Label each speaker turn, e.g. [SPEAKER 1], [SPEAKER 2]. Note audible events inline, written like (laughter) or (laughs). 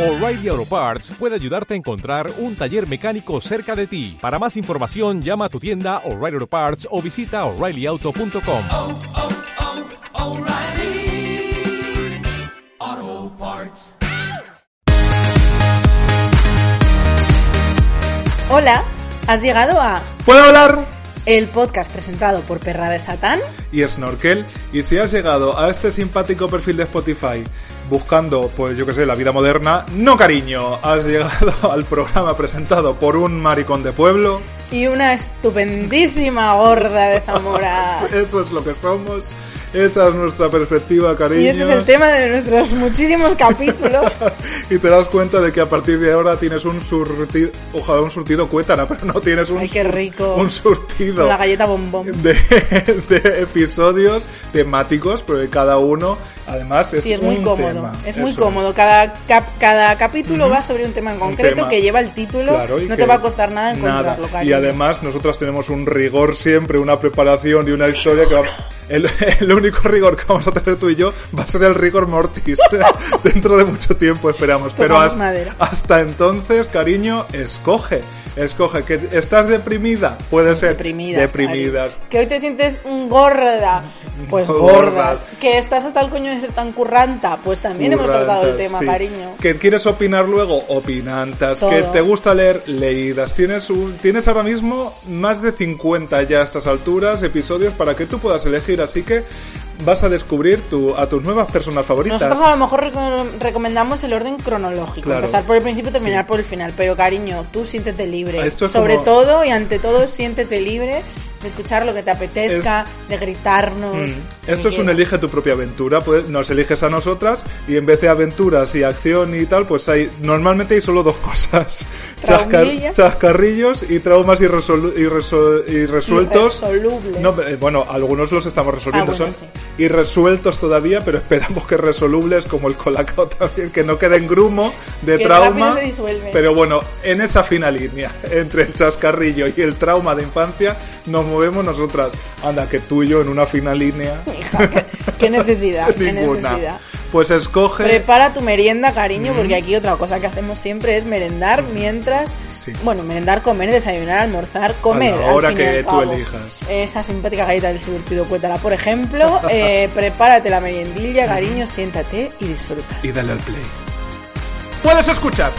[SPEAKER 1] O'Reilly Auto Parts puede ayudarte a encontrar un taller mecánico cerca de ti. Para más información, llama a tu tienda O'Reilly Auto Parts o visita oreillyauto.com.
[SPEAKER 2] oh, oh, O'Reilly. Auto Parts.
[SPEAKER 3] Hola, has llegado a
[SPEAKER 4] Puedo hablar
[SPEAKER 3] el podcast presentado por Perra de Satán.
[SPEAKER 4] y Snorkel. Y si has llegado a este simpático perfil de Spotify buscando, pues yo que sé, la vida moderna, no cariño, has llegado (laughs) al programa presentado por un maricón de pueblo.
[SPEAKER 3] Y una estupendísima gorda de
[SPEAKER 4] (laughs)
[SPEAKER 3] Zamora.
[SPEAKER 4] Eso es lo que somos. Esa es nuestra perspectiva, cariño.
[SPEAKER 3] Y este es el tema de nuestros muchísimos capítulos.
[SPEAKER 4] (laughs) Y te das cuenta de que a partir de ahora tienes un surtido, ojalá un surtido cuétara, pero no tienes un,
[SPEAKER 3] Ay, qué rico.
[SPEAKER 4] un surtido.
[SPEAKER 3] Con la galleta bombón.
[SPEAKER 4] de, de (laughs) episodios temáticos, pero de cada uno, además, es,
[SPEAKER 3] Sí, es muy
[SPEAKER 4] un
[SPEAKER 3] cómodo.
[SPEAKER 4] tema.
[SPEAKER 3] Es muy
[SPEAKER 4] Eso
[SPEAKER 3] cómodo. Cada, cap- cada capítulo va sobre un tema en concreto
[SPEAKER 4] tema.
[SPEAKER 3] que lleva el título.
[SPEAKER 4] Claro, y
[SPEAKER 3] no
[SPEAKER 4] que-
[SPEAKER 3] te va a costar nada encontrarlo,
[SPEAKER 4] nada.
[SPEAKER 3] cariño.
[SPEAKER 4] Y además, nosotros tenemos un rigor siempre, una preparación y una historia que va. El, (laughs) el único rigor que vamos a tener tú y yo va a ser el rigor mortis. (laughs) Dentro de mucho tiempo, esperamos. Pero
[SPEAKER 3] Tocamos
[SPEAKER 4] has-
[SPEAKER 3] madera.
[SPEAKER 4] hasta entonces, cariño, escoge. Escoge. que ¿Estás deprimida?
[SPEAKER 3] Pues
[SPEAKER 4] Puede ser.
[SPEAKER 3] Deprimidas.
[SPEAKER 4] Deprimidas.
[SPEAKER 3] cariño. Que hoy te sientes mm, gorda. Pues
[SPEAKER 4] Gordas.
[SPEAKER 3] gordas. Que estás hasta el coño de ser tan curranta. Pues también hemos tratado el
[SPEAKER 4] Currantas,
[SPEAKER 3] tema,
[SPEAKER 4] sí.
[SPEAKER 3] cariño.
[SPEAKER 4] Que quieres opinar luego, opinantas.
[SPEAKER 3] Todo.
[SPEAKER 4] Que te gusta leer, leídas. Tienes, un- tienes ahora mismo más de 50 ya a estas alturas, episodios para que tú puedas elegir. Así que vas a descubrir tu, a tus nuevas personas favoritas.
[SPEAKER 3] Nosotros a lo mejor reco- recomendamos el orden cronológico,
[SPEAKER 4] Claro.
[SPEAKER 3] empezar por el principio y terminar
[SPEAKER 4] Sí. Ah,
[SPEAKER 3] por el final, pero cariño, tú siéntete libre.
[SPEAKER 4] Esto es
[SPEAKER 3] Sobre
[SPEAKER 4] como-
[SPEAKER 3] todo y ante todo, siéntete libre de escuchar lo que te apetezca, de gritarnos.
[SPEAKER 4] Mm.
[SPEAKER 3] lo
[SPEAKER 4] Esto
[SPEAKER 3] que
[SPEAKER 4] es
[SPEAKER 3] (laughs)
[SPEAKER 4] un
[SPEAKER 3] quieras.
[SPEAKER 4] elige tu propia aventura, pues nos eliges a nosotras y en vez de aventuras y acción y tal, pues hay normalmente hay solo
[SPEAKER 3] (laughs)
[SPEAKER 4] dos cosas,
[SPEAKER 3] Traumillas.
[SPEAKER 4] chascarrillos y traumas irresolu- irreso- irresueltos.
[SPEAKER 3] Irresolubles.
[SPEAKER 4] No, eh, bueno, algunos los estamos resolviendo,
[SPEAKER 3] Ah, bueno,
[SPEAKER 4] son irresueltos todavía, pero (laughs) esperamos que resolubles como el colacao también, que no quede en grumo de
[SPEAKER 3] Que
[SPEAKER 4] trauma.
[SPEAKER 3] rápido se disuelve.
[SPEAKER 4] Pero bueno, en esa fina línea, (laughs) entre el chascarrillo y el trauma de infancia, nos movemos nosotras. Anda, que tú y yo en una fina línea.
[SPEAKER 3] Qué
[SPEAKER 4] (laughs)
[SPEAKER 3] necesidad, qué
[SPEAKER 4] Ninguna.
[SPEAKER 3] necesidad.
[SPEAKER 4] Pues escoge.
[SPEAKER 3] Prepara tu merienda, cariño, porque aquí otra cosa que hacemos siempre es merendar mientras.
[SPEAKER 4] Sí.
[SPEAKER 3] Bueno, merendar, comer, desayunar, almorzar, comer.
[SPEAKER 4] A la
[SPEAKER 3] al
[SPEAKER 4] hora
[SPEAKER 3] fin y al
[SPEAKER 4] que tú
[SPEAKER 3] cabo.
[SPEAKER 4] elijas.
[SPEAKER 3] Esa simpática galleta del surtido cuétala,
[SPEAKER 4] (laughs)
[SPEAKER 3] por ejemplo. eh, prepárate la meriendilla, cariño, siéntate y disfruta.
[SPEAKER 4] y dale al play. ¡Puedes escuchar!